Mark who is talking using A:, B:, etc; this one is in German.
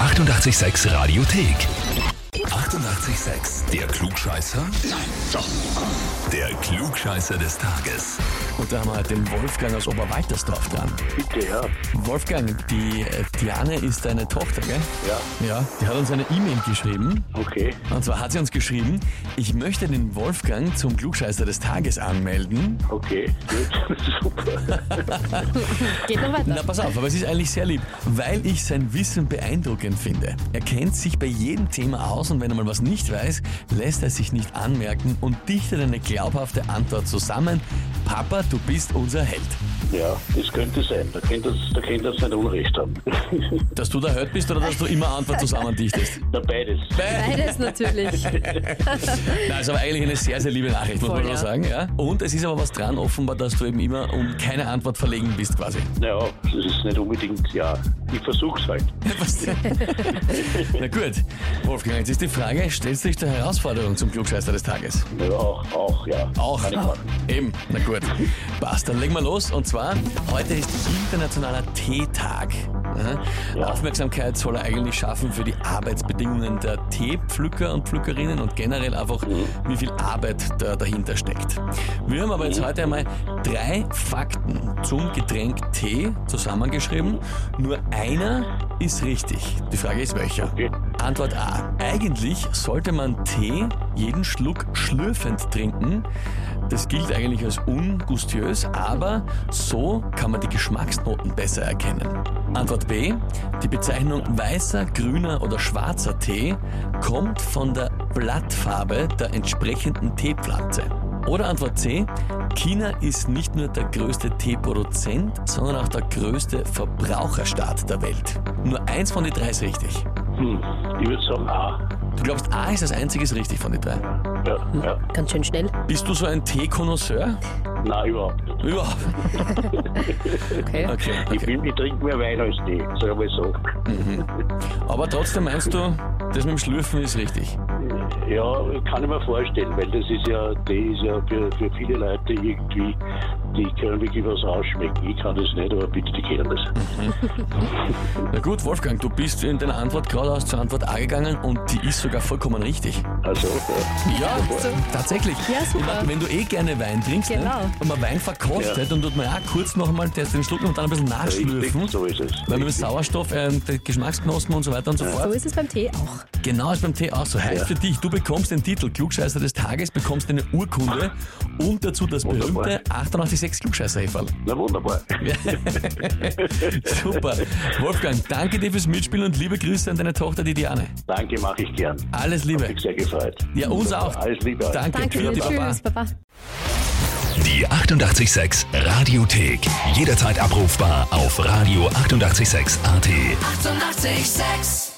A: 886 Radiothek. 88,6. Der Klugscheißer? Nein, doch. Der Klugscheißer des Tages.
B: Und da haben wir halt den Wolfgang aus Oberwaltersdorf dran.
C: Bitte, ja.
B: Wolfgang, die äh, Diane ist deine Tochter, gell?
C: Ja,
B: Ja. Die hat uns eine E-Mail geschrieben.
C: okay.
B: Und zwar hat sie uns geschrieben, ich möchte den Wolfgang zum Klugscheißer des Tages anmelden.
C: Okay, gut, super.
D: Geht noch
B: Na,
D: weiter.
B: pass auf, aber es ist eigentlich sehr lieb, weil ich sein Wissen beeindruckend finde. Er kennt sich bei jedem Thema aus und wenn er mal was nicht weiß, lässt er sich nicht anmerken und dichtet eine glaubhafte Antwort zusammen. Papa, du bist unser Held.
C: Ja, das könnte sein. Da könnte das, da könnte das nicht Unrecht haben.
B: Dass du der Held bist oder dass du immer Antwort zusammen dichtest?
C: Na, beides.
B: Bäh.
D: Beides natürlich.
B: Na, ist aber eigentlich eine sehr, sehr liebe Nachricht, muss
D: Voll,
B: man mal
D: ja.
B: sagen. Ja? Und es ist aber was dran, offenbar, dass du eben immer um keine Antwort verlegen bist quasi.
C: Naja, das ist nicht unbedingt, ja. Ich versuch's halt.
B: Was? Na gut, Wolfgang, jetzt ist die Frage, stellst du dich der Herausforderung zum Klugscheißer des Tages?
C: Ja, auch, auch, ja.
B: Auch.
C: Kann ich machen.
B: Eben, na gut. Passt, dann legen wir los. Und zwar, heute ist internationaler Teetag. Mhm.
C: Ja.
B: Aufmerksamkeit soll er eigentlich schaffen für die Arbeitsbedingungen der Teepflücker und Pflückerinnen und generell einfach, wie viel Arbeit da dahinter steckt. Wir haben aber jetzt heute einmal drei Fakten zum Getränk Tee zusammengeschrieben. Nur einer ist richtig. Die Frage ist welcher?
C: Okay.
B: Antwort A. Eigentlich sollte man Tee jeden Schluck schlürfend trinken. Das gilt eigentlich als ungustiös, aber so kann man die Geschmacksnoten besser erkennen. Antwort B. Die Bezeichnung weißer, grüner oder schwarzer Tee kommt von der Blattfarbe der entsprechenden Teepflanze. Oder Antwort C. China ist nicht nur der größte Teeproduzent, sondern auch der größte Verbraucherstaat der Welt. Nur eins von den drei ist richtig.
C: Hm. Ich würde sagen, ah.
B: Du glaubst, A ist das einziges richtig von den drei.
C: Ja, ja.
D: Ganz schön schnell.
B: Bist du so ein Teekonnoisseur?
C: Nein, überhaupt nicht.
B: Überhaupt.
D: Okay.
B: Okay,
C: Ich,
B: okay.
C: bin, ich trinke mehr Wein als Tee, sagen wir mal so.
B: Aber trotzdem meinst du, das mit dem Schlürfen ist richtig.
C: Hm. Ja, kann ich mir vorstellen, weil das ist ja, Tee ist ja für, für viele Leute irgendwie, die können wirklich was rausschmecken. Ich kann das nicht, aber bitte, die kennen das.
B: Na gut, Wolfgang, du bist in deiner Antwort geradeaus zur Antwort A gegangen und die ist sogar vollkommen richtig.
C: Also, ja.
B: Ja,
D: so.
B: tatsächlich.
D: Ja, super.
B: Ich meine, wenn du eh gerne Wein trinkst
D: Genau.
B: ne, und man Wein verkostet, dann tut man ja kurz noch einmal den Schluck und dann ein bisschen nachschlürfen.
C: richtig, so ist es.
B: Weil mit dem Sauerstoff, äh, der Geschmacksknospen und so weiter und so fort.
D: So ist es beim Tee auch.
B: Genau ist beim Tee auch so. Heißt
C: Ja.
B: für dich, du bekommst den Titel Klugscheißer des Tages, bekommst eine Urkunde und dazu das
C: Wunderbar.
B: berühmte 886 klugscheißer -Häferl.
C: Na wunderbar.
B: Super. Wolfgang, danke dir fürs Mitspielen und liebe Grüße an deine Tochter, die Diane.
C: Danke, mache ich gern.
B: Alles Liebe.
C: Mich sehr gefreut.
B: Ja, uns auch.
C: Alles Liebe.
B: Danke.
D: Danke dir.
B: Tschüssi, Baba.
D: Tschüss, Baba.
A: Die 88,6 Radiothek. Jederzeit abrufbar auf radio886.at. 88,6.
E: Eighty-eight, sex.